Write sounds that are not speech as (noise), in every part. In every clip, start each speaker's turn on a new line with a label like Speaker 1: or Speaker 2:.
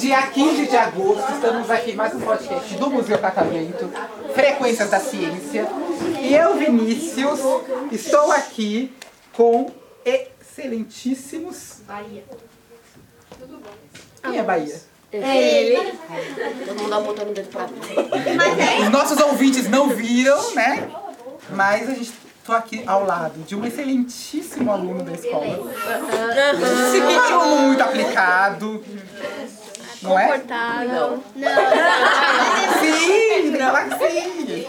Speaker 1: Dia 15 de agosto, estamos aqui em mais um podcast do Museu Catavento, Frequências da Ciência. E eu, Vinícius, estou aqui com excelentíssimos. Bahia. Quem é Bahia?
Speaker 2: Todo mundo apontando o dedo pra mim.
Speaker 1: Os nossos ouvintes não viram, né? Mas a gente tô aqui ao lado de um excelentíssimo aluno da escola. Sim, um aluno muito aplicado. Não é?
Speaker 3: Confortável.
Speaker 4: (laughs)
Speaker 1: Sim, claro que sim.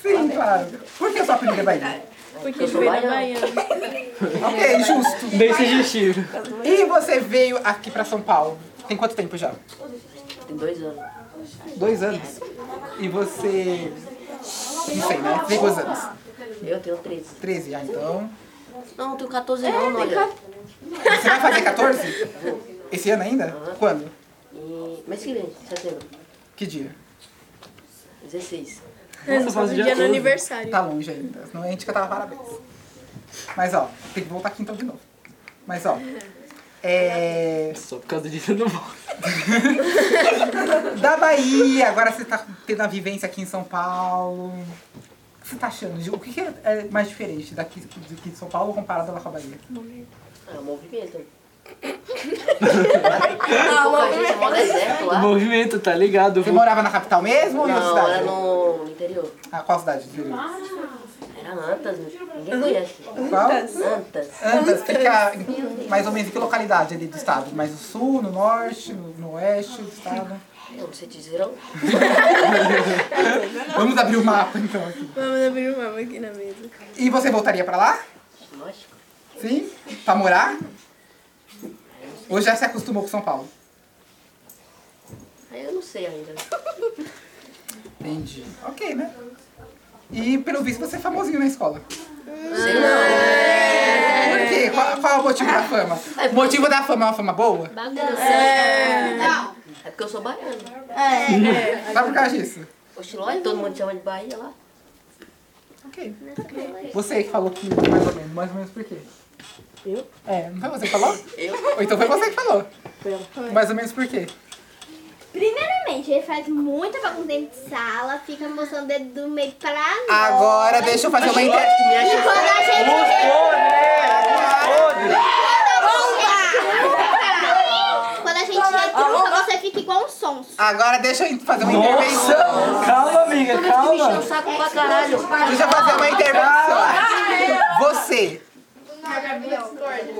Speaker 1: Sim, claro. Por que o seu apelido é Bahia?
Speaker 3: Porque Juína é baiana.
Speaker 1: Ok, justo.
Speaker 5: Desse de tiro.
Speaker 1: E você veio aqui pra São Paulo? Tem quanto tempo já?
Speaker 2: Tem dois anos.
Speaker 1: Dois anos. E você. Não sei, né? Tem quantos anos?
Speaker 2: Eu tenho É, 13.
Speaker 1: 13, ah, então.
Speaker 2: Não, eu tenho 14 não, olha.
Speaker 1: Você vai fazer 14? Esse ano ainda? Quando?
Speaker 2: E... Mês que vem, setembro.
Speaker 1: Que dia?
Speaker 2: 16.
Speaker 5: Nossa, faz o dia
Speaker 3: Dia no
Speaker 5: todo.
Speaker 3: aniversário.
Speaker 1: Tá longe ainda, senão a gente cantava parabéns. Mas ó, tem que voltar aqui então de novo. Mas ó, é.
Speaker 5: (laughs) Só por causa disso eu não vou. (laughs)
Speaker 1: Da Bahia, agora você tá tendo a vivência aqui em São Paulo. O que você tá achando? Ju? O que que é- é mais diferente daqui do que de São Paulo comparado lá com a Bahia?
Speaker 2: É um (laughs) movimento. Pouca gente, é mó deserto
Speaker 5: O
Speaker 2: lá.
Speaker 5: movimento, tá ligado?
Speaker 1: Você morava na capital mesmo ou na
Speaker 2: Não,
Speaker 1: cidade?
Speaker 2: era no interior.
Speaker 1: Ah, qual cidade? do interior?
Speaker 2: Era Antas, né? ninguém conhece.
Speaker 1: Qual?
Speaker 2: Antas.
Speaker 1: Antas fica em- mais ou menos em que localidade ali do estado? Mais no sul, no norte, no, no oeste do estado?
Speaker 2: Eu não sei dizer, não.
Speaker 1: Vamos abrir o mapa então aqui.
Speaker 3: Vamos abrir o mapa aqui na mesa.
Speaker 1: E você voltaria pra lá?
Speaker 2: Lógico.
Speaker 1: Sim? Pra morar? Ou já se acostumou com São Paulo?
Speaker 2: Aí eu não sei ainda.
Speaker 1: Entendi. Ok, né? E pelo visto você é famosinho na escola.
Speaker 2: Sei não.
Speaker 1: Por quê? Qual, qual é o motivo da fama? O motivo da fama é uma fama boa?
Speaker 2: É porque eu sou baiana.
Speaker 1: Sabe por causa disso?
Speaker 2: Oxe, lá todo mundo chama de Bahia lá.
Speaker 1: Ok. Você que falou que mais ou menos, mais ou menos por quê?
Speaker 2: Eu?
Speaker 1: É, não foi você que falou?
Speaker 2: Eu?
Speaker 1: Ou então foi você que falou? Mais ou menos por quê?
Speaker 4: Primeiramente, ele faz muita bagunça dentro de sala, fica mostrando o dedo do meio pra nós.
Speaker 3: Ah.
Speaker 1: Agora deixa eu fazer uma enquete que me
Speaker 4: E
Speaker 1: acha.
Speaker 4: quando a gente
Speaker 5: é
Speaker 4: retruca, quando a gente
Speaker 3: Ah,
Speaker 4: retruca, você fica igual um sonso.
Speaker 1: Agora deixa eu fazer uma intervenção.
Speaker 5: Calma, amiga, calma.
Speaker 2: Encheu o saco pra caralho.
Speaker 1: Deixa eu fazer uma
Speaker 2: Ah,
Speaker 1: intervenção. Você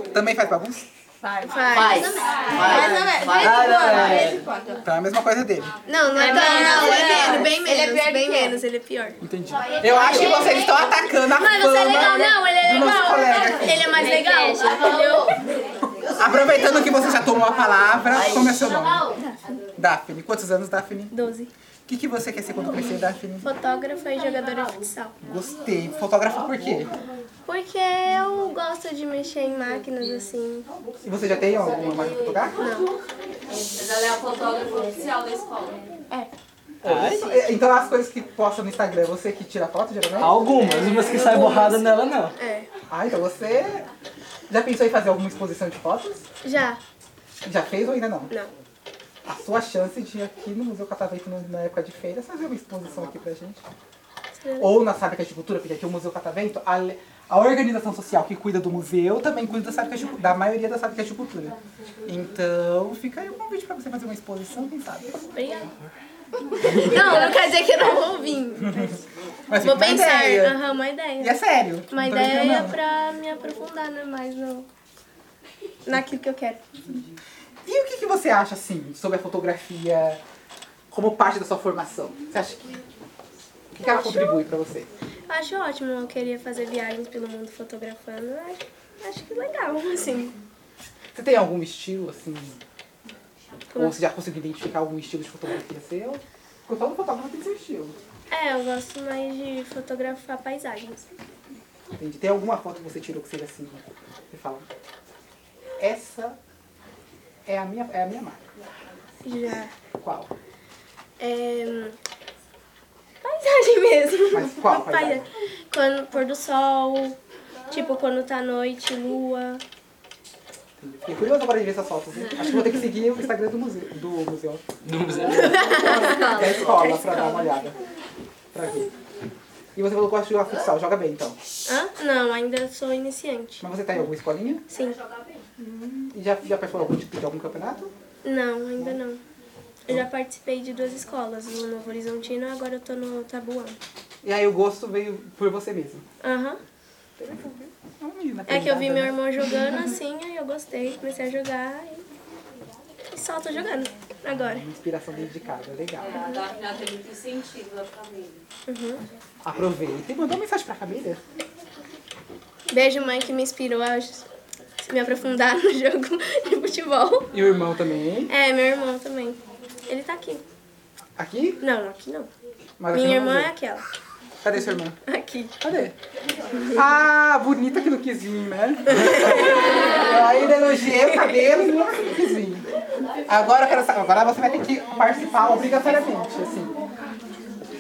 Speaker 2: um
Speaker 1: também faz bagunça?
Speaker 2: Faz. Faz. Faz.
Speaker 1: Então é a mesma coisa dele.
Speaker 3: Não, não é tão. Não, é menos, bem menos. Ele é pior bem menos, ele é pior.
Speaker 5: Entendi.
Speaker 1: Eu acho que vocês estão atacando a fama
Speaker 3: não, ele é
Speaker 1: do nosso colega aqui.
Speaker 3: Ele é mais legal, entendeu?
Speaker 1: Aproveitando que você já tomou a palavra, como é seu nome? Daphne. Quantos anos, Daphne?
Speaker 3: 12.
Speaker 1: O que, que você quer ser quando crescer, Daphne?
Speaker 3: Fotógrafa e jogadora de futsal.
Speaker 1: Gostei. Fotógrafa por quê?
Speaker 3: Porque eu gosto de mexer em máquinas assim.
Speaker 1: E você já tem alguma máquina fotográfica?
Speaker 5: Ai.
Speaker 1: Então as coisas que posta no Instagram, você que tira foto geralmente?
Speaker 5: Algumas, mas que sai borrada nela não. (laughs)
Speaker 3: É.
Speaker 1: Ah, então você já pensou em fazer alguma exposição de fotos?
Speaker 3: Já.
Speaker 1: Já fez ou ainda não?
Speaker 3: Não.
Speaker 1: A sua chance de ir aqui no Museu Catavento no- na época de feira é fazer uma exposição aqui pra gente.
Speaker 3: É.
Speaker 1: Ou na fábrica de cultura, porque aqui é o Museu Catavento, a, le- a organização social que cuida do museu também cuida das fábricas de, cu- da maioria das fábricas de cultura. Então fica aí o convite pra você fazer uma exposição, quem sabe.
Speaker 3: Obrigada. Não, não quer dizer que eu não vou vir.
Speaker 1: Mas fica
Speaker 3: Vou
Speaker 1: uma
Speaker 3: pensar.
Speaker 1: ideia.
Speaker 3: Aham, uma
Speaker 1: E é
Speaker 3: ideia.
Speaker 1: sério.
Speaker 3: Uma
Speaker 1: não tô brincando,
Speaker 3: ideia
Speaker 1: não.
Speaker 3: pra me aprofundar, né? Mais no. Naquilo que eu quero.
Speaker 1: E o que, que você acha, assim, sobre a fotografia como parte da sua formação? Você acha que. O que, que ela contribui pra você?
Speaker 3: Acho ótimo, eu queria fazer viagens pelo mundo fotografando. eu Acho, acho que legal, assim.
Speaker 1: Você tem algum estilo, assim?
Speaker 3: Como
Speaker 1: Ou você já conseguiu identificar algum estilo de fotografia seu? Porque todo fotógrafo tem seu estilo.
Speaker 3: É, eu gosto mais de fotografar paisagens.
Speaker 1: Entende? Tem alguma foto que você tirou que seja assim? Você fala, essa é a minha, é a minha marca.
Speaker 3: Já.
Speaker 1: Qual?
Speaker 3: É, assim (laughs) mesmo.
Speaker 1: Mas qual
Speaker 3: Uma
Speaker 1: paisagem?
Speaker 3: paisa- Quando pôr do sol, tipo quando tá noite, lua.
Speaker 1: Fiquei curioso agora de ver essas fotos. hein? Acho que vou ter que seguir o Instagram do museu, do museu
Speaker 5: Do museu.
Speaker 1: da escola pra dar uma olhada. Pra ver. E você falou que gosta de jogar futsal, joga bem então.
Speaker 3: Hã? Não, ainda sou iniciante.
Speaker 1: Mas você tá em alguma escolinha? Hum.
Speaker 3: Sim.
Speaker 1: E já, já participou algum tipo de algum campeonato?
Speaker 3: Não, ainda não. Eu já participei de duas escolas, no Novo Horizontino e agora eu tô no Tabuão.
Speaker 1: E aí o gosto veio por você mesmo.
Speaker 3: Aham.
Speaker 1: É uma menina
Speaker 3: É que eu vi
Speaker 1: apresentada,
Speaker 3: meu
Speaker 1: né?
Speaker 3: irmão jogando assim, aí eu gostei, comecei a jogar e, e só tô jogando agora.
Speaker 1: Inspiração dele de casa, legal.
Speaker 6: Ela ela tem muito incentivo da família.
Speaker 1: Aproveita e mandou uma mensagem pra família.
Speaker 3: Beijo, mãe, que me inspirou a s- me aprofundar no (laughs) jogo de futebol.
Speaker 1: E o irmão também.
Speaker 3: É, meu irmão também. Ele tá aqui.
Speaker 1: Aqui?
Speaker 3: Não, aqui não.
Speaker 1: Mas aqui
Speaker 3: Minha
Speaker 1: não
Speaker 3: irmã é
Speaker 1: mandou.
Speaker 3: aquela.
Speaker 1: Cadê sua irmã?
Speaker 3: Aqui.
Speaker 1: Cadê? Ah, bonita que não quis vir, né? Eu ainda elogiei o cabelo e você não quis vir. Agora, eu quero saber- agora você vai ter que participar obrigatoriamente, assim.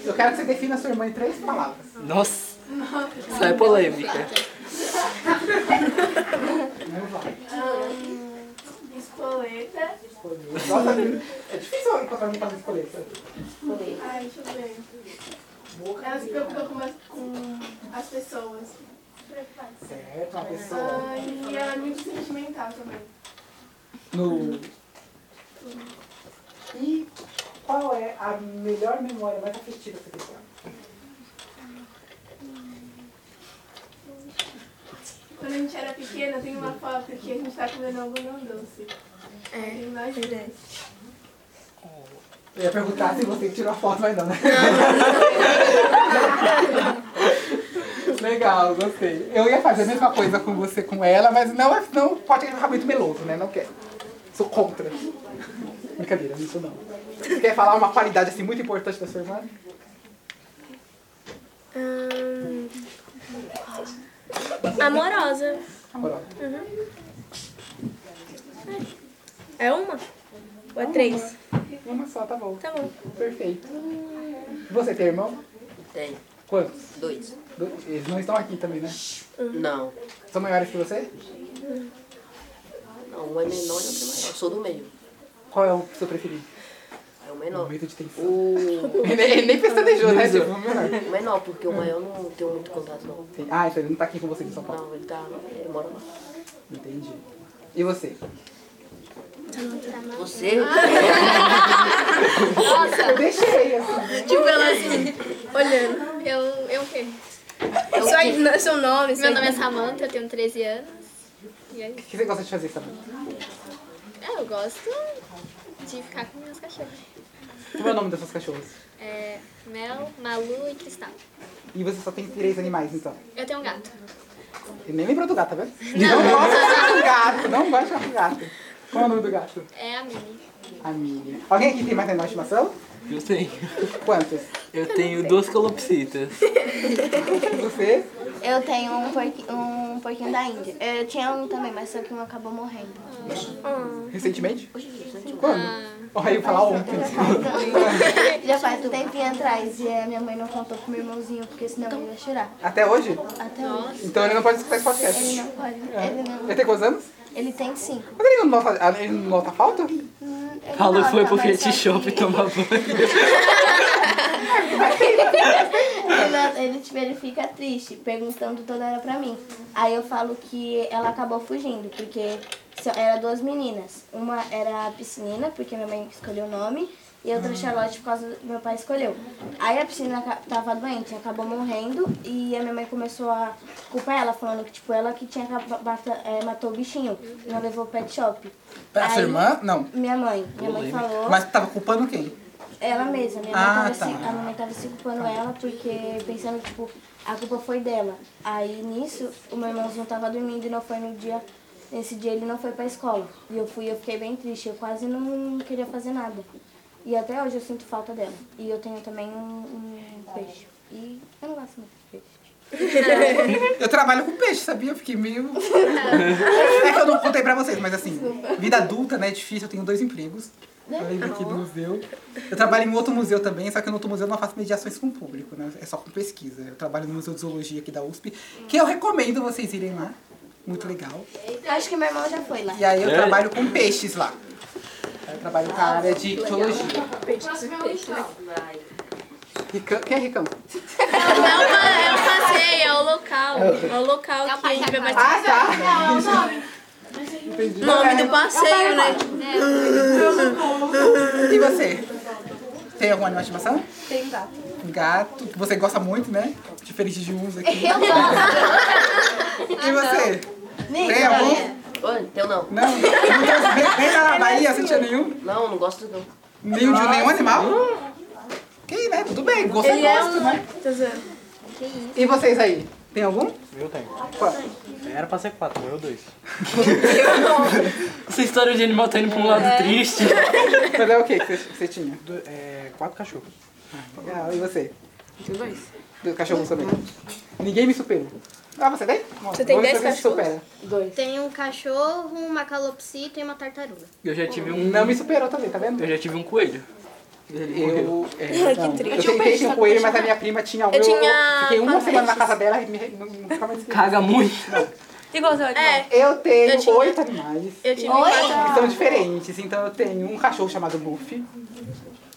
Speaker 1: Eu quero que você defina a sua irmã em três palavras.
Speaker 5: Nossa. Isso é polêmica.
Speaker 7: Espoleta.
Speaker 1: Nossa, é difícil encontrar um fazer escoleta.
Speaker 7: Ai, deixa eu ver. Ela se preocupa com as, com as pessoas.
Speaker 1: Certo, uma pessoa.
Speaker 7: Ah, e ela é muito sentimental também.
Speaker 1: No. E qual é a melhor memória mais afetiva que você tem?
Speaker 7: Quando a gente era pequena, tem uma foto que a gente tá comendo algodão doce.
Speaker 3: É.
Speaker 7: E nós duas.
Speaker 1: Eu ia perguntar se você tirou a foto, mas (laughs) não. né? Legal, gostei. Eu ia fazer a mesma coisa com você, com ela, mas não, é- não pode ficar muito meloso, né? Não quero. Sou contra. Brincadeira, isso não. Você quer falar uma qualidade assim muito importante da sua irmã?
Speaker 3: Ahn, Ah, amorosa.
Speaker 1: Amorosa.
Speaker 3: É uma? Ou é três?
Speaker 1: Uma só, tá bom.
Speaker 3: Tá bom.
Speaker 1: Perfeito. Você tem irmão?
Speaker 2: Tem.
Speaker 1: Quantos?
Speaker 2: Dois.
Speaker 1: Do- Eles não estão aqui também, né?
Speaker 2: Não.
Speaker 1: São maiores que você?
Speaker 2: Não, um é menor e outro é maior. Eu sou do meio.
Speaker 1: Qual é o seu preferido?
Speaker 2: É o menor.
Speaker 1: Momento de tensão.
Speaker 2: O,
Speaker 1: Ele, ele (laughs) nem pestanejou, né? Tipo, menor.
Speaker 2: o menor, porque o maior não tem muito contato, não.
Speaker 1: Sim. Ah, então ele não tá aqui com você em São Paulo.
Speaker 2: Não, ele tá. Ele mora lá.
Speaker 1: Entendi. E você?
Speaker 2: Você?
Speaker 1: Eu deixei, assim.
Speaker 3: Tipo, ela assim, olhando.
Speaker 4: Eu, eu o quê?
Speaker 3: Isso aí, não é seu nome.
Speaker 4: Meu nome é Samantha, eu tenho 13 anos. E aí?
Speaker 1: O que você gosta de fazer, Samanta?
Speaker 4: É, eu gosto de ficar com meus cachorros.
Speaker 1: Como é o nome das suas cachorras?
Speaker 4: É Mel, Malu e Cristal.
Speaker 1: E você só tem três animais, então?
Speaker 4: Eu tenho um gato.
Speaker 1: Ele nem lembrou do gato, tá vendo? Não, gosta de ficar com gato, não gosta de ficar com gato. Qual é o nome do gato?
Speaker 4: É a Mini.
Speaker 1: A Mini. Alguém aqui tem mais animais de estimação?
Speaker 5: Eu tenho.
Speaker 1: Quantos?
Speaker 5: Eu tenho duas calopsitas.
Speaker 1: Você?
Speaker 8: Eu tenho um, porqui- um porquinho da Índia. Eu tinha um também, mas só que um acabou morrendo. (laughs)
Speaker 1: Recentemente? Quando? Olha, eu falar ontem.
Speaker 8: Já faz um tempinho atrás e a minha mãe não contou pro meu irmãozinho, porque senão ele ia chorar.
Speaker 1: Até hoje?
Speaker 8: Até hoje.
Speaker 1: Então ele não pode escutar esse
Speaker 8: Ele
Speaker 1: podcast.
Speaker 8: não pode. Ele não.
Speaker 1: Ele tem quantos anos?
Speaker 8: Ele tem cinco.
Speaker 1: Mas ele não nota, ah, ele não nota falta?
Speaker 8: Hum, ele
Speaker 5: Paulo
Speaker 8: nota,
Speaker 5: foi pro
Speaker 8: mas só
Speaker 5: Fiat
Speaker 8: que
Speaker 5: Shop tomar banho.
Speaker 8: Ele, nota- ele, tipo, ele fica triste, perguntando toda hora pra mim. Aí eu falo que ela acabou fugindo, porque só- eram duas meninas. Uma era a piscinina, porque minha mãe escolheu o nome, e a outra Charlotte, por causa do meu pai escolheu. Aí a piscina ca- tava doente, acabou morrendo, e a minha mãe começou a culpar ela, falando que tipo, ela que tinha acaba- bata- é, matou o bichinho, não levou o pet shop.
Speaker 1: Pera, sua
Speaker 8: Aí-
Speaker 1: irmã? Não.
Speaker 8: Minha mãe, minha mãe falou.
Speaker 1: Mas tava culpando quem?
Speaker 8: Ela mesma, minha mãe,
Speaker 1: Ah,
Speaker 8: tava
Speaker 1: tá.
Speaker 8: se, a minha mãe tava se culpando ela porque pensando, tipo, a culpa foi dela. Aí nisso, o meu irmãozinho tava dormindo e não foi no dia. Nesse dia ele não foi pra escola. E eu fui, eu fiquei bem triste, eu quase não queria fazer nada. E até hoje eu sinto falta dela. E eu tenho também um, um peixe. E eu não gosto muito de peixe.
Speaker 1: Eu trabalho com peixe, sabia? Eu fiquei meio. É que eu não contei pra vocês, mas assim, vida adulta, né? É difícil, eu tenho dois empregos. Além daqui do museu. Eu trabalho em outro museu também, só que no outro museu eu não faço mediações com o público, né? É só com pesquisa. Eu trabalho no Museu de Zoologia aqui da USP, que eu recomendo vocês irem lá. Muito legal.
Speaker 8: Acho que meu irmão já foi lá.
Speaker 1: E aí eu
Speaker 5: É?
Speaker 1: trabalho com peixes lá. Eu trabalho com a área de ictiologia.
Speaker 6: Próximo é o Gustavo. Vai.
Speaker 1: Rican... Quem é Ricão?
Speaker 3: É uma- é um passeio, é o local. É o local que a gente vai mais.
Speaker 1: Ah, tá. Entendi.
Speaker 3: O nome do passeio, né?
Speaker 1: E você? Tem algum animal de estimação?
Speaker 7: Tem gato.
Speaker 1: Um gato, que você gosta muito, né? Diferente de uns aqui.
Speaker 8: Eu gosto.
Speaker 1: (laughs) E você? Tem
Speaker 8: Nick,
Speaker 1: algum?
Speaker 2: Oi, teu não.
Speaker 1: Não. Nunca- Nem nem lá na Bahia você tinha nenhum?
Speaker 2: Não, não gosto não.
Speaker 1: Nenhum de nenhum animal? Que, né? Tudo bem, gosto é gosto, né?
Speaker 3: Tá
Speaker 1: E vocês aí? Tem algum?
Speaker 9: Eu tenho.
Speaker 1: Qual?
Speaker 9: Era pra ser quatro, eu dois.
Speaker 5: Essa história de animal tá indo pra um lado triste.
Speaker 1: Mas é o que que você- que você tinha? Ah,
Speaker 9: Do- é, quatro cachorros.
Speaker 1: Legal, e você?
Speaker 5: Tem dois.
Speaker 1: Do cachorro também. Ninguém me superou. Ah, você tem?
Speaker 3: Você tem
Speaker 1: Vamos
Speaker 3: dez
Speaker 1: ver se
Speaker 3: cachorros?
Speaker 1: supera.
Speaker 2: Tem um cachorro, uma calopsita e uma tartaruga.
Speaker 5: Eu já tive um.
Speaker 1: Não me superou também, tá vendo?
Speaker 5: Eu já tive um coelho.
Speaker 1: Eu. É,
Speaker 3: (laughs)
Speaker 1: não.
Speaker 3: triste.
Speaker 1: Eu tentei ter um coelho, mas a minha prima tinha um.
Speaker 3: Eu tinha
Speaker 1: fiquei uma
Speaker 3: quatro
Speaker 1: semana na casa dela e me, não, nunca mais esqueci.
Speaker 5: Caga muito.
Speaker 3: É,
Speaker 1: Eu tenho
Speaker 3: Eu tinha-
Speaker 1: oito animais.
Speaker 3: eu tive um
Speaker 1: Que são diferentes. Então eu tenho um cachorro chamado Luffy.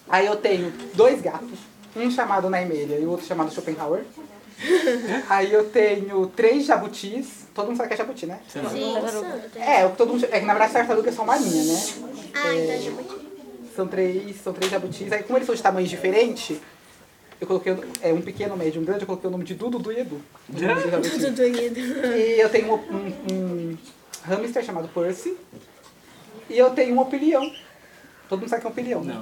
Speaker 1: Aí eu tenho dois gatos. Um chamado Naimelia e o outro chamado Schopenhauer. Aí eu tenho três jabutis. Todo mundo sabe que é jabuti, né? É, o que todo mundo. É que na verdade tartaruga é só uma linha, né?
Speaker 3: tá
Speaker 4: Ah, então jabuti.
Speaker 1: São três, são três jabutis. Aí como eles são de tamanhos diferentes, eu coloquei o- é, um pequeno, um médio, um grande, eu coloquei o nome de Dudu, (laughs) Dudu e Edu. Os nomes dos jabutis.
Speaker 3: doido.
Speaker 1: E eu tenho um, um- um hamster chamado Percy. E eu tenho um opilião. Todo mundo sabe que é um opilião, né?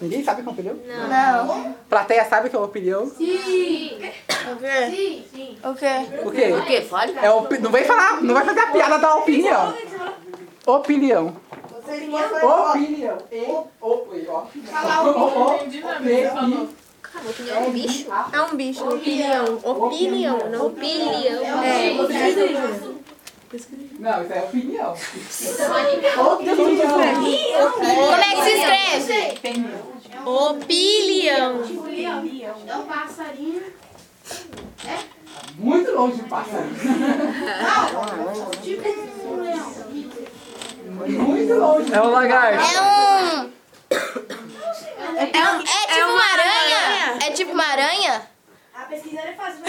Speaker 1: Ninguém sabe que é um opilião? Não. Plateia sabe que é um opilião?
Speaker 8: o quê?
Speaker 1: O quê?
Speaker 2: O quê? Fale?
Speaker 1: É opi... Não vem falar, não vai fazer a piada da opinião. Opinião. Opinião. E, o, e, ó.
Speaker 7: Falar o
Speaker 1: O, o,
Speaker 7: nome, entendi na minha falou.
Speaker 3: É um bicho? É um bicho. Opinião. Opinião, não opinião.
Speaker 1: Não, isso é opinião.
Speaker 3: é
Speaker 1: Opinião.
Speaker 3: Como é que se escreve? Opinião.
Speaker 7: É um passarinho.
Speaker 1: Muito longe de passar.
Speaker 7: Tipo um leão.
Speaker 1: Muito longe.
Speaker 5: É um lagarto.
Speaker 8: É tipo uma aranha? É tipo uma aranha?
Speaker 7: A pesquisa é fácil.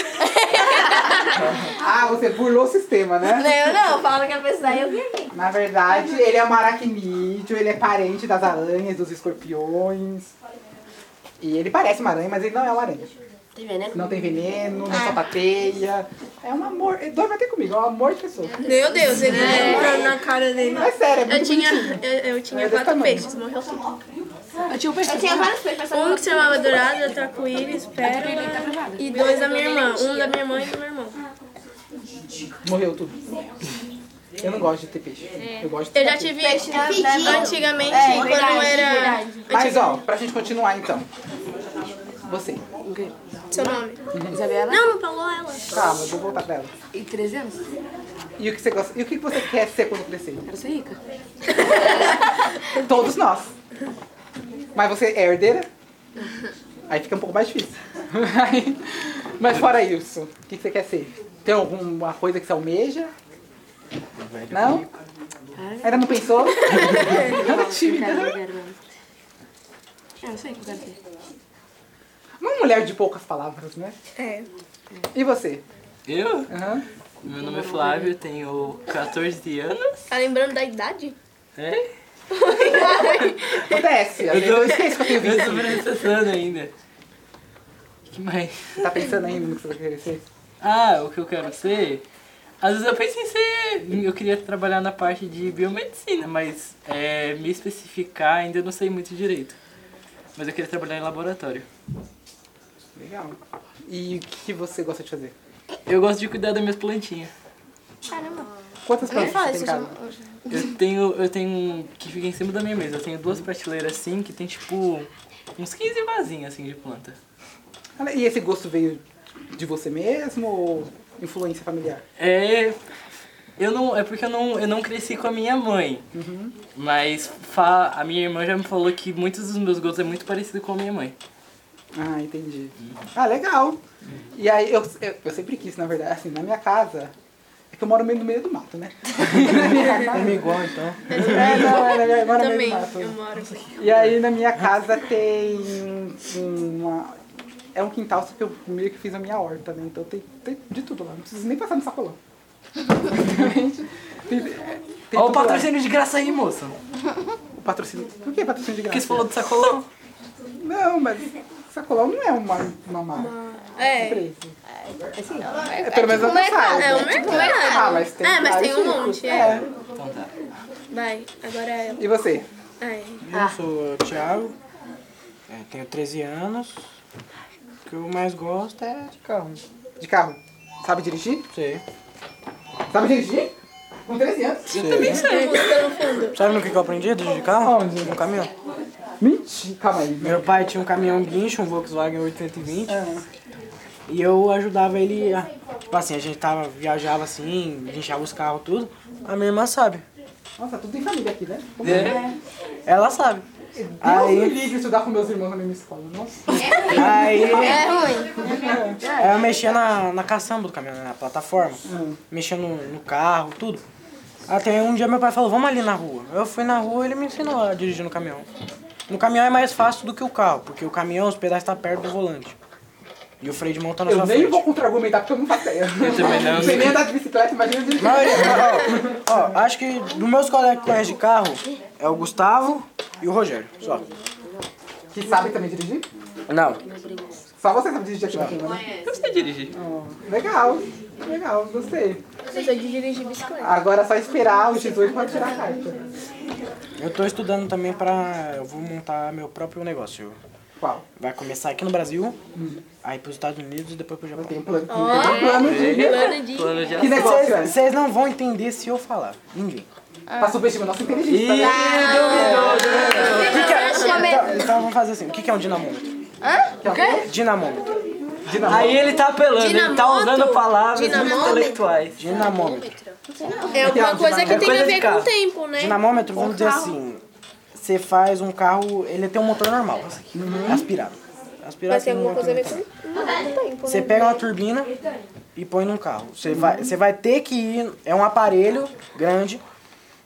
Speaker 1: Ah, você burlou o sistema, né?
Speaker 8: Eu não, fala que a pessoa é eu vi aqui.
Speaker 1: Na verdade, ele é um aracnídeo, ele é parente das aranhas, dos escorpiões. E ele parece uma aranha, mas ele não é uma aranha.
Speaker 2: Tem veneno?
Speaker 1: Não tem veneno, não solta teia. É um amor. Ele dorme até comigo, é um amor de pessoa.
Speaker 3: Meu Deus, ele
Speaker 8: É.
Speaker 3: entrou na cara dele.
Speaker 1: Mas sério, é
Speaker 3: Eu
Speaker 1: muito
Speaker 3: tinha,
Speaker 1: bonitinho.
Speaker 3: eu, eu tinha
Speaker 1: Mas é
Speaker 3: quatro
Speaker 1: tamanho.
Speaker 3: peixes, morreu só
Speaker 8: Eu tinha vários peixes, mas
Speaker 3: um que se chamava Dourado, outro arco-íris, tá pérola e dois da minha irmã. Um da minha irmã e do meu irmão.
Speaker 1: Morreu tudo. Eu não gosto de ter peixe. Eu gosto de ter
Speaker 3: Eu já
Speaker 1: gato.
Speaker 3: tive
Speaker 8: na- na-
Speaker 3: antigamente,
Speaker 8: É,
Speaker 3: quando
Speaker 8: verdade,
Speaker 3: eu era.
Speaker 8: verdade.
Speaker 1: Mas ó, pra gente continuar então. Você.
Speaker 3: Seu nome? Isabela? Não, não falou ela.
Speaker 1: Calma, eu vou voltar pra ela.
Speaker 10: E 300?
Speaker 1: E o que você gosta? E o que você quer ser quando crescer?
Speaker 10: Quero ser rica.
Speaker 1: (laughs) Todos nós. Mas você é herdeira? Aí fica um pouco mais difícil. (laughs) Aí- Mas fora isso, o que que você quer ser? Tem alguma coisa que você almeja? Não? Ainda
Speaker 10: (laughs)
Speaker 1: não pensou? Ela é tímida.
Speaker 10: Ah, eu sei o que eu quero ser.
Speaker 1: Uma mulher de poucas palavras, né?
Speaker 3: É.
Speaker 1: E você?
Speaker 5: Eu?
Speaker 1: Aham.
Speaker 5: Meu nome é Flávio, eu tenho 14 anos.
Speaker 3: Tá lembrando da idade?
Speaker 5: É?
Speaker 1: Acontece. às vezes
Speaker 5: Eu tô-
Speaker 1: Eu esqueço que (laughs) eu tenho
Speaker 5: Eu tô
Speaker 1: 25.
Speaker 5: processando ainda. que mais?
Speaker 1: Você tá pensando ainda no que você vai querer ser?
Speaker 5: Ah, o que eu quero ser? Às vezes eu penso em ser. Eu queria trabalhar na parte de biomedicina, mas é, me especificar ainda eu não sei muito direito. Mas eu queria trabalhar em laboratório.
Speaker 1: Legal. E o que você gosta de fazer?
Speaker 5: Eu gosto de cuidar das minhas plantinhas.
Speaker 1: Quantas plantas você tem em casa?
Speaker 5: Eu tenho. Eu tenho. um que fica em cima da minha mesa. Eu tenho duas prateleiras assim que tem tipo. uns 15 vasinhos assim de planta.
Speaker 1: E esse gosto veio De você mesmo ou influência familiar?
Speaker 5: É. Eu não. É porque eu não, eu não cresci com a minha mãe.
Speaker 1: Uhum.
Speaker 5: Mas fa- a minha irmã já me falou que muitos dos meus gostos é muito parecido com a minha mãe.
Speaker 1: Ah, entendi. Ah, legal. E aí, eu, eu, eu sempre quis, na verdade, assim, na minha casa. É que eu moro meio no meio do mato,
Speaker 9: (laughs)
Speaker 1: né? (laughs) na minha casa.
Speaker 9: É igual, então.
Speaker 1: É, não, é, na minha- eu moro no
Speaker 3: Também,
Speaker 1: meio do mato.
Speaker 3: eu moro aqui.
Speaker 1: E aí na minha casa tem uma. É um quintal, só que eu meio que fiz a minha horta, né? Então tem, tem de tudo lá. Não preciso nem passar no sacolão.
Speaker 5: (laughs)
Speaker 1: Basicamente. tem- tem
Speaker 5: Ó o
Speaker 1: tudo lá.
Speaker 5: patrocínio de graça aí, moça.
Speaker 1: O patrocínio. Por que patrocínio de graça?
Speaker 5: Porque você falou do sacolão.
Speaker 1: Não, mas sacolão não é uma, uma marca.
Speaker 3: É. assim,
Speaker 1: Preço. É, pelo menos eu não saiba.
Speaker 3: É um mercado.
Speaker 1: Ah, mas tem
Speaker 3: Ah, mas
Speaker 1: vários
Speaker 3: tem um
Speaker 1: tipos.
Speaker 3: monte, é.
Speaker 1: É.
Speaker 5: Então tá.
Speaker 3: Vai, agora é ela. É.
Speaker 1: E você?
Speaker 3: Ai.
Speaker 9: Eu sou o Thiago, é, tenho 13 anos. O que eu mais gosto é de carro.
Speaker 1: De carro? Sabe dirigir?
Speaker 9: Sei.
Speaker 1: Sabe dirigir? Com 13 anos.
Speaker 9: sei.
Speaker 3: Tem música no fundo.
Speaker 9: Sabe no que que eu aprendi a dirigir carro? Onde? No caminhão.
Speaker 1: Mentira. Calma aí.
Speaker 9: Meu pai tinha um caminhão guincho, um Volkswagen 820.
Speaker 1: Ah,
Speaker 9: E eu ajudava ele a. Tipo assim, a gente tava, viajava assim, guinchava os carros, tudo. A minha irmã sabe.
Speaker 1: Nossa, tudo em família aqui, né?
Speaker 5: É.
Speaker 9: Ela sabe.
Speaker 1: Deus
Speaker 9: Aí-
Speaker 1: me livre estudar com meus irmãos na mesma escola. Nossa.
Speaker 9: Aí
Speaker 8: É ruim.
Speaker 9: aí eu mexia na, na caçamba do caminhão, na plataforma.
Speaker 1: Hum.
Speaker 9: Mexia no, no carro, tudo. Até um dia meu pai falou, vamos ali na rua. Eu fui na rua e ele me ensinou a dirigir no caminhão. No caminhão é mais fácil do que o carro, porque o caminhão, os pedais estão perto do volante. E o freio de mão tá na
Speaker 1: Eu
Speaker 9: sua
Speaker 1: nem
Speaker 9: frente.
Speaker 1: vou contra-argumentar porque eu não faço ideia. Eu
Speaker 5: também não.
Speaker 1: sei nem andar de bicicleta, imagina dirigir.
Speaker 9: Maioria- ó, ó, acho que dos meus colegas que conhecem de carro é o Gustavo e o Rogério. Só.
Speaker 1: Que sabe também dirigir?
Speaker 9: Não.
Speaker 1: Só você sabe dirigir aqui na turma, né?
Speaker 5: Eu sei dirigir.
Speaker 1: Oh, legal, legal, gostei.
Speaker 3: Eu sei de dirigir bicicleta.
Speaker 1: Agora é só esperar o Jesus pra tirar a carta.
Speaker 9: Eu tô estudando também pra. Eu vou montar meu próprio negócio.
Speaker 1: Qual?
Speaker 9: Vai começar aqui no Brasil,
Speaker 1: Hum.
Speaker 9: aí pros Estados Unidos e depois pro
Speaker 1: Eu
Speaker 9: Japão.
Speaker 1: tenho um plano, tenho plano de...
Speaker 3: Plano de...
Speaker 5: Plano de
Speaker 1: Que negócio é?
Speaker 9: Né, Vocês não vão entender se eu falar. Ninguém.
Speaker 1: Pra subestimar nossa inteligência,
Speaker 9: E...
Speaker 1: né?
Speaker 9: O que que é- Então, então vamos fazer assim. O que, que é um dinamômetro? é um Dinamômetro.
Speaker 5: Aí ele tá apelando, ele tá
Speaker 3: Dinamoto?
Speaker 5: usando palavras muito
Speaker 3: Dinamoto?
Speaker 5: intelectuais.
Speaker 9: Dinamômetro.
Speaker 3: É alguma coisa que
Speaker 5: É
Speaker 3: tem
Speaker 5: coisa
Speaker 3: a
Speaker 5: de
Speaker 3: ver com
Speaker 5: carro.
Speaker 3: o tempo, né?
Speaker 9: Dinamômetro, vamos dizer assim. Você faz um carro, ele tem um motor normal, aspirado.
Speaker 3: Uhum.
Speaker 9: Aspirado
Speaker 3: Mas tem
Speaker 9: um
Speaker 3: alguma
Speaker 9: motor
Speaker 3: coisa a ver
Speaker 9: normal.
Speaker 3: com com Uhum. o tempo,
Speaker 9: Você
Speaker 3: né?
Speaker 9: pega uma turbina e põe num carro. Você vai, você vai ter que ir. É um aparelho grande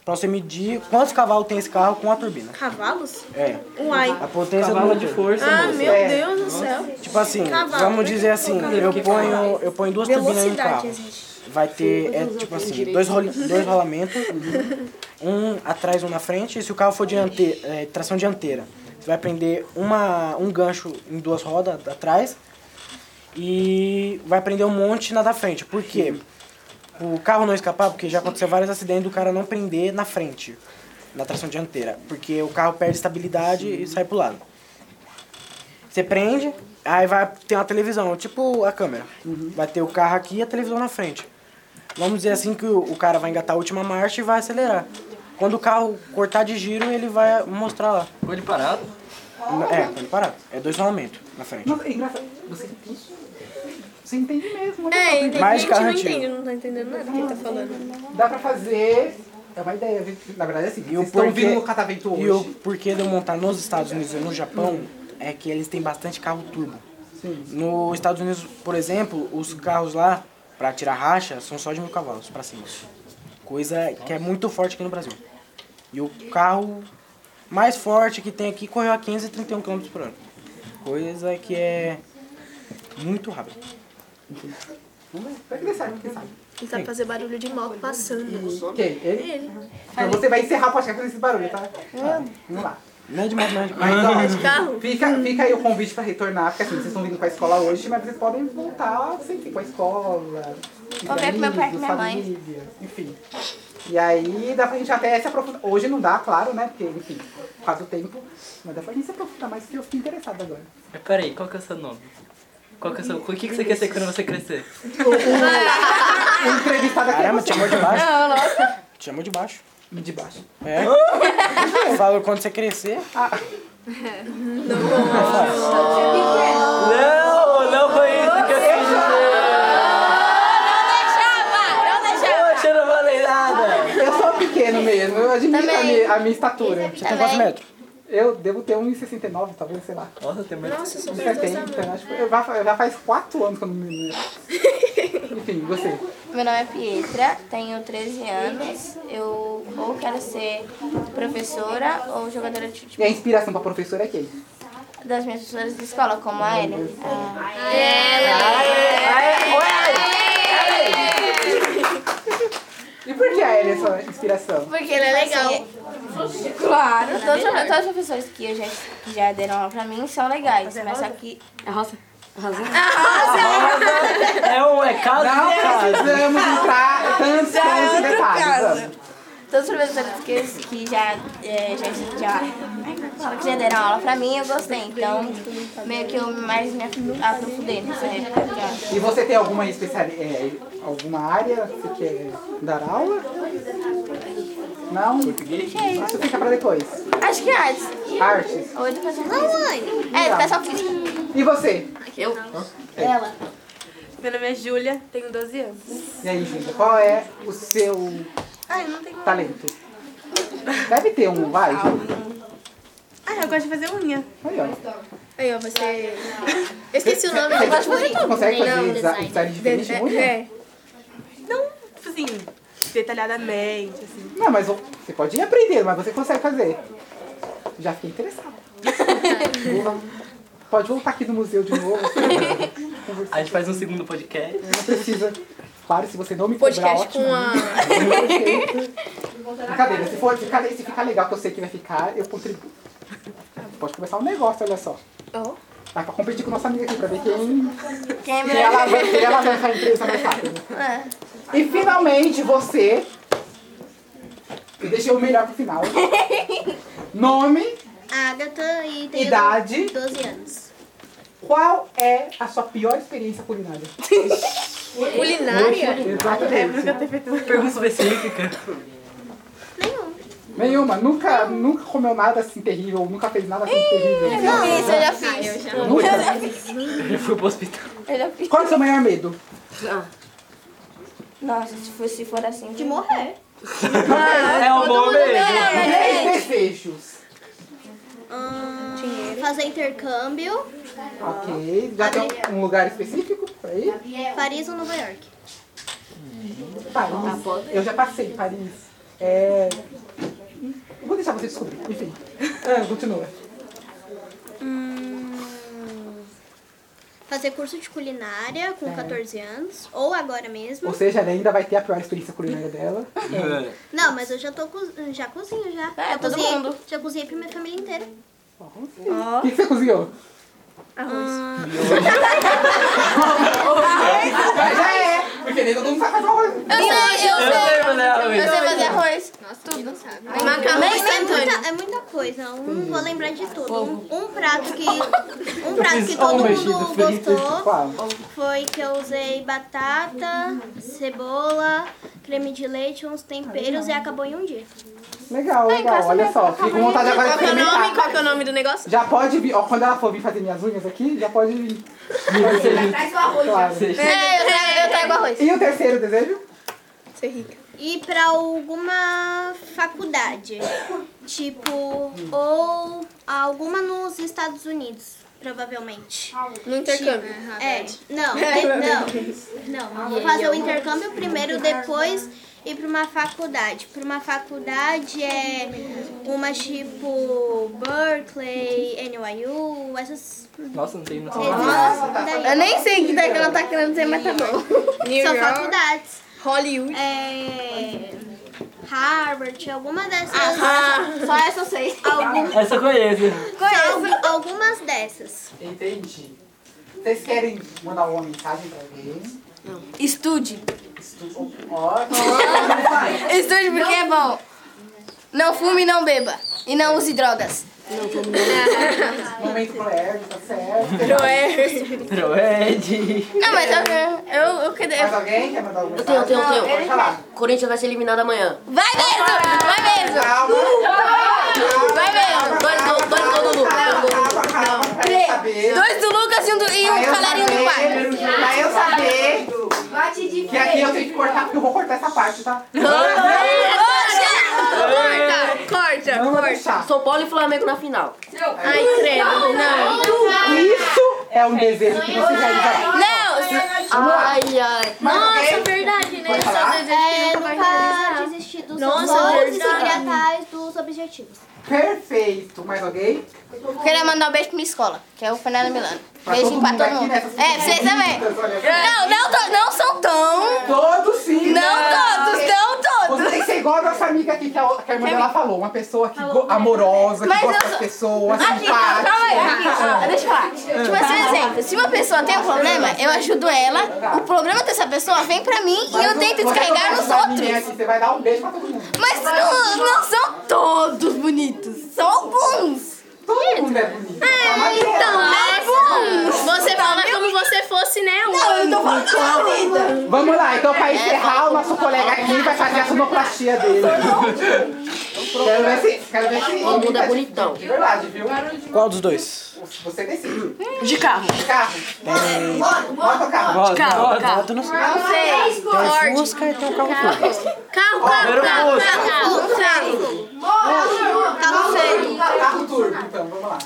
Speaker 9: pra você medir quantos cavalos tem esse carro com a turbina.
Speaker 3: Cavalos?
Speaker 9: É.
Speaker 3: Uai.
Speaker 9: A potência do
Speaker 5: Cavalo de
Speaker 9: motor.
Speaker 5: força,
Speaker 3: Ah,
Speaker 5: moça.
Speaker 3: meu Deus do céu.
Speaker 9: Tipo assim,
Speaker 3: Cavalo,
Speaker 9: vamos
Speaker 3: né?
Speaker 9: dizer assim, eu ponho, eu ponho duas turbinas em um
Speaker 3: Velocidade,
Speaker 9: carro.
Speaker 3: existe.
Speaker 9: Vai ter, é tipo assim, dois, roli- dois rolamentos, um atrás, um na frente. E se o carro for diante, é, tração dianteira, você vai prender uma, um gancho em duas rodas atrás e vai prender um monte na da frente. Por quê? O carro não escapar, porque já aconteceu vários acidentes do cara não prender na frente, na tração dianteira. Porque o carro perde estabilidade e sai pro lado. Você prende, aí vai ter uma televisão, tipo a câmera. Vai ter o carro aqui e a televisão na frente. Vamos dizer assim que o, o cara vai engatar a última marcha e vai acelerar. Quando o carro cortar de giro, ele vai mostrar lá.
Speaker 5: Ficou ele parado.
Speaker 9: É, pode parar. É dois rolamentos na frente.
Speaker 1: Nossa, é engraçado. Você entende? Você entende mesmo, olha
Speaker 3: É,
Speaker 1: só.
Speaker 3: entendi.
Speaker 9: Mais
Speaker 3: a gente não
Speaker 9: carrantido.
Speaker 3: entende, não tá entendendo nada do que ele tá falando.
Speaker 1: Dá pra fazer... É uma ideia, viu? na verdade é assim,
Speaker 9: E
Speaker 1: vocês
Speaker 9: o
Speaker 1: estão
Speaker 9: porquê,
Speaker 1: vindo no catavento hoje. Hum.
Speaker 9: e o porquê de eu montar nos Estados Unidos e no Japão é que eles têm bastante carro turbo.
Speaker 1: Sim.
Speaker 9: Nos Estados Unidos, por exemplo, os carros lá, pra tirar racha, são só de mil cavalos pra cima. Coisa que é muito forte aqui no Brasil. E o carro mais forte que tem aqui correu a 531 km um por hora. Coisa que é muito rápida.
Speaker 1: Vamos ver. Vai que dê certo, quem sabe.
Speaker 3: Ele tá fazendo barulho de moto passando.
Speaker 1: Quem? Ele?
Speaker 3: Ele.
Speaker 1: Então você vai encerrar o podcast com esse barulho, tá? Vamos lá.
Speaker 9: Não é demais, não é demais.
Speaker 1: Mas ó,
Speaker 3: Carro?
Speaker 1: fica, fica aí o convite pra retornar, porque assim, vocês estão vindo pra escola hoje, mas vocês podem voltar sempre com a escola.
Speaker 8: Vou ver com meu pai e com minha mãe.
Speaker 1: família, Enfim. E aí dá pra gente até se aprofundar. Hoje não dá, claro, né? Porque, enfim, faz o tempo. Mas dá pra gente se aprofundar mais, que eu fiquei interessado agora.
Speaker 5: Mas peraí, qual que é o seu nome? Qual que é o seu... O que, que você quer ser quando você crescer?
Speaker 1: O entrevistado aqui é
Speaker 9: Caramba, te chamou de baixo.
Speaker 8: Não, nossa.
Speaker 9: Te chamou de baixo.
Speaker 1: você. de baixo.
Speaker 9: É. Falou quando você crescer.
Speaker 5: Não, não foi isso que eu fiz.
Speaker 1: a minha estatura.
Speaker 11: Você tem quantos metros?
Speaker 1: Eu devo ter 1,69, talvez, sei lá.
Speaker 5: Nossa, tem muito.
Speaker 12: Nossa, super
Speaker 1: 70, acho que já, fa- já faz 4 anos que eu não me lembro. Enfim, você.
Speaker 3: Meu nome é Pietra, tenho 13 anos. Eu ou quero ser professora ou jogadora de
Speaker 1: E a
Speaker 3: futebol.
Speaker 1: inspiração pra professora é quem?
Speaker 3: Das minhas professoras de escola, como a Ellen. A
Speaker 1: E por que a Ellie é sua inspiração?
Speaker 3: Porque ela é legal. Claro, todos, todos os professores que, eu já, que já deram aula pra mim são legais, mas só que...
Speaker 13: A rosa. A rosa.
Speaker 5: É um é caso
Speaker 1: Não
Speaker 5: e é caso.
Speaker 1: precisamos entrar tantos
Speaker 3: Já é
Speaker 1: tantos
Speaker 3: outro
Speaker 1: detalhes.
Speaker 3: caso.
Speaker 1: vamos.
Speaker 3: Todos os professores que, que já, é, já, já, ai, como fala? que já deram aula pra mim, eu gostei. Então, meio que eu mais me aprofundei nessa época. já.
Speaker 1: E você tem alguma especialidade, alguma área que você quer dar aula? Não? Português? Isso fica pra depois.
Speaker 3: Acho que é artes.
Speaker 1: Artes.
Speaker 3: Ou educação física. É,
Speaker 8: tá
Speaker 3: educação física.
Speaker 1: E você?
Speaker 13: Eu.
Speaker 3: Ela.
Speaker 13: Meu nome é Júlia, tenho 12 anos.
Speaker 1: E aí, Júlia, qual é o seu
Speaker 13: Ai, não tem.
Speaker 1: talento? Deve ter um, vai, Júlia.
Speaker 13: Ai, eu gosto de fazer unha.
Speaker 1: Aí, ó.
Speaker 12: Aí, ó, você. Eu esqueci o nome.
Speaker 1: Você consegue fazer
Speaker 8: Não,
Speaker 1: desa- design diferente muito?
Speaker 12: É.
Speaker 13: Não, tipo assim, detalhadamente, assim.
Speaker 3: é.
Speaker 1: Não, mas você pode ir aprendendo, mas você consegue fazer. Já fiquei interessada.
Speaker 3: (laughs)
Speaker 1: Boa. pode voltar aqui no museu de novo.
Speaker 3: (laughs)
Speaker 5: A gente faz um segundo podcast.
Speaker 1: Não precisa. Claro, se você não me cobrar,
Speaker 12: Podcast
Speaker 1: ótimo.
Speaker 12: com a.
Speaker 1: Brincadeira, se, for, se ficar- se ficar legal, que eu sei que vai ficar, eu contribuo. Pode começar um negócio, olha só. Vai pra competir com nossa amiga aqui, pra ver quem,
Speaker 3: Quem
Speaker 1: quem
Speaker 3: é melhor?
Speaker 1: ela vai quem ela vai a empresa mais rápido.
Speaker 3: É.
Speaker 1: E finalmente você. Eu deixei o melhor pro final. Nome,
Speaker 8: Agatha e tenho
Speaker 1: idade.
Speaker 8: 12 anos.
Speaker 1: Qual é a sua pior experiência culinária?
Speaker 12: Culinária?
Speaker 1: Exatamente.
Speaker 5: Pergunta específica.
Speaker 1: Nenhuma. Nunca, nunca comeu nada assim terrível, nunca fez nada assim terrível.
Speaker 3: Isso, eu já fiz.
Speaker 1: Nunca.
Speaker 5: Eu fui pro hospital.
Speaker 3: Eu já fiz.
Speaker 1: Qual é o seu maior medo?
Speaker 3: Nossa, se for, se for assim... De
Speaker 8: Morrer.
Speaker 5: É um bom
Speaker 1: né?
Speaker 5: beijo.
Speaker 8: É.
Speaker 1: Três desejos.
Speaker 8: Ahn, Hum, fazer intercâmbio.
Speaker 1: Ok. Já tem um lugar específico pra ir?
Speaker 8: Paris ou Nova York?
Speaker 1: Paris. Eu já passei em Paris. É... eu Vou deixar você descobrir. Enfim. Ah, continua.
Speaker 8: Hum, fazer curso de culinária
Speaker 1: É.
Speaker 8: com 14 anos. Ou agora mesmo.
Speaker 1: Ou seja, ela ainda vai ter a pior experiência culinária dela.
Speaker 5: É.
Speaker 8: Não, mas eu já tô co- já cozinho já.
Speaker 3: É,
Speaker 8: já
Speaker 3: todo
Speaker 8: cozinhei,
Speaker 3: mundo.
Speaker 8: Já cozinhei pra minha família inteira.
Speaker 1: O que, que você cozinhou? Arroz. Mas já é. Porque nem todo mundo sabe fazer arroz.
Speaker 3: Eu sei, eu
Speaker 5: Eu é
Speaker 3: sei.
Speaker 5: lembro dela,
Speaker 3: Eu
Speaker 5: Luiz.
Speaker 3: sei fazer arroz.
Speaker 12: Macarrão
Speaker 8: É
Speaker 12: instantâneo.
Speaker 8: muita, é muita coisa, eu não vou lembrar de tudo. Um, um prato que, um prato
Speaker 5: fiz
Speaker 8: que
Speaker 5: ovo
Speaker 8: todo
Speaker 5: mexido
Speaker 8: mundo
Speaker 5: frito.
Speaker 8: gostou
Speaker 1: Qual?
Speaker 8: foi que eu usei batata, cebola, creme de leite, uns temperos e acabou em um dia.
Speaker 1: Legal, legal. Olha só. Fico com vontade agora de
Speaker 12: Qual que é o nome?
Speaker 1: experimentar.
Speaker 12: Qual que é o nome do negócio?
Speaker 1: Já pode vir. Ó, quando ela for vir fazer minhas unhas aqui, já pode vir. Pode ser vir.
Speaker 7: Traz o arroz.
Speaker 1: Claro.
Speaker 3: É, eu trago, eu trago arroz.
Speaker 1: E o terceiro desejo?
Speaker 12: Ser rica.
Speaker 8: E pra alguma faculdade, tipo, ou alguma nos Estados Unidos, provavelmente.
Speaker 12: No intercâmbio.
Speaker 8: É, não, de- não, não. Vou fazer o intercâmbio primeiro, depois ir para uma faculdade. Para uma faculdade é uma tipo Berkeley, NYU, essas.
Speaker 5: Nossa, não tem noção.
Speaker 8: Nossa,
Speaker 3: Eu nem sei o que é que ela tá querendo dizer, mas tá bom.
Speaker 12: New
Speaker 8: são
Speaker 12: York.
Speaker 8: faculdades.
Speaker 12: Hollywood.
Speaker 8: É, Harvard, alguma dessas.
Speaker 3: Só essa eu sei.
Speaker 8: Algum-
Speaker 5: Essa eu conheço.
Speaker 8: algu- algumas dessas.
Speaker 1: Entendi. Vocês querem mandar uma mensagem pra alguém?
Speaker 13: Estude.
Speaker 1: Estudo. Ótimo.
Speaker 3: Estude porque é bom. Não fume, não beba. E não use drogas.
Speaker 1: Momento pro Eric, tá certo.
Speaker 3: é?
Speaker 12: Joé.
Speaker 5: é Proed.
Speaker 3: Não, mas eu... Eu, eu, quero-
Speaker 1: Mais alguém quer mandar alguma
Speaker 8: tenho,
Speaker 1: mensagem?
Speaker 8: eu tenho, eu tenho.
Speaker 1: Pode falar.
Speaker 8: Corinthians vai ser eliminado amanhã.
Speaker 3: Vai mesmo! Vai mesmo!
Speaker 1: Calma.
Speaker 3: Vai mesmo!
Speaker 8: Dois gols, dois gols do
Speaker 1: Calma, calma, calma. Pra eu saber.
Speaker 3: Dois do Lucas e um, do, e um
Speaker 1: Pra eu
Speaker 3: calarinho do pai.
Speaker 1: saber. Pra eu saber.
Speaker 7: Bate de
Speaker 1: Que aqui eu tenho que cortar, porque eu vou cortar essa parte, tá?
Speaker 3: Corta! Corta!
Speaker 1: Tá.
Speaker 2: São Paulo e Flamengo na final.
Speaker 5: Ai, credo, não.
Speaker 1: Isso é um desejo que você realizará.
Speaker 2: Não! Ai, ai.
Speaker 1: Nossa,
Speaker 2: verdade, né?
Speaker 1: Pode falar?
Speaker 8: É, nunca desistir dos
Speaker 2: Nossa,
Speaker 8: seus sonhos e
Speaker 2: verdade.
Speaker 8: seguir atrás dos objetivos.
Speaker 1: Perfeito. Mais alguém?
Speaker 3: Eu queria mandar um beijo pra minha escola, que é o Fernando Milano.
Speaker 1: Pra
Speaker 3: Beijinho
Speaker 1: todo
Speaker 3: pra
Speaker 1: mundo
Speaker 3: todo
Speaker 1: aqui nessas
Speaker 3: mundo. É, pra vocês também.
Speaker 1: visitas, olha só.
Speaker 3: Não, não, to- não são tão.
Speaker 1: Todos sim. né?
Speaker 3: Não todos, não todos.
Speaker 1: Você tem que ser igual a nossa amiga aqui, que a, que a irmã dela falou. Uma pessoa que go- amorosa, que
Speaker 3: Mas eu
Speaker 1: gosta das
Speaker 3: sou-
Speaker 1: pessoas,
Speaker 3: Aqui, calma
Speaker 1: simpática.
Speaker 3: calma aí, aqui, ó, deixa eu falar. Tipo assim, um exemplo, se uma pessoa tem um problema, eu ajudo ela, o problema dessa pessoa vem pra mim e eu
Speaker 1: é
Speaker 3: tento descarregar nos outros.
Speaker 1: Você vai dar um beijo pra todo mundo.
Speaker 3: Mas não, não são todos bonitos, são alguns.
Speaker 1: Todo mundo é bonito.
Speaker 3: É, então, alguns.
Speaker 5: Você fala como você fosse, né? Um.
Speaker 3: Não, eu tô falando da minha vida.
Speaker 1: Vamos lá, então pra encerrar, o nosso colega
Speaker 2: Tá
Speaker 1: aqui vai fazer a sonoplastia dele. Quero ver se. Quero ver se.
Speaker 2: Todo mundo é bonitão.
Speaker 1: De verdade, viu?
Speaker 9: Qual dos dois?
Speaker 1: Você decide.
Speaker 2: De carro. É.
Speaker 1: De carro.
Speaker 9: Tem.
Speaker 1: Bota o carro.
Speaker 9: Volta,
Speaker 2: Carro,
Speaker 9: volta,
Speaker 2: carro.
Speaker 9: volta, não sei.
Speaker 2: Não sei.
Speaker 9: Tem o Fusca e tem o carro Fusca.
Speaker 5: Carro, carro,
Speaker 9: primeiro
Speaker 5: carro,
Speaker 9: Fusca.
Speaker 5: carro, carro.
Speaker 1: Carro turbo. Carro turbo, então, vamos lá.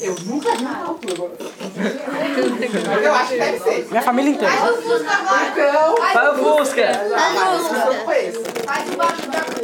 Speaker 1: Eu nunca vi um carro turbo. Mas eu acho que deve ser.
Speaker 9: Minha família inteira.
Speaker 1: Então,
Speaker 14: Vai o Fusca!
Speaker 1: Faz o Fusca. Eu conheço.
Speaker 7: Faz embaixo da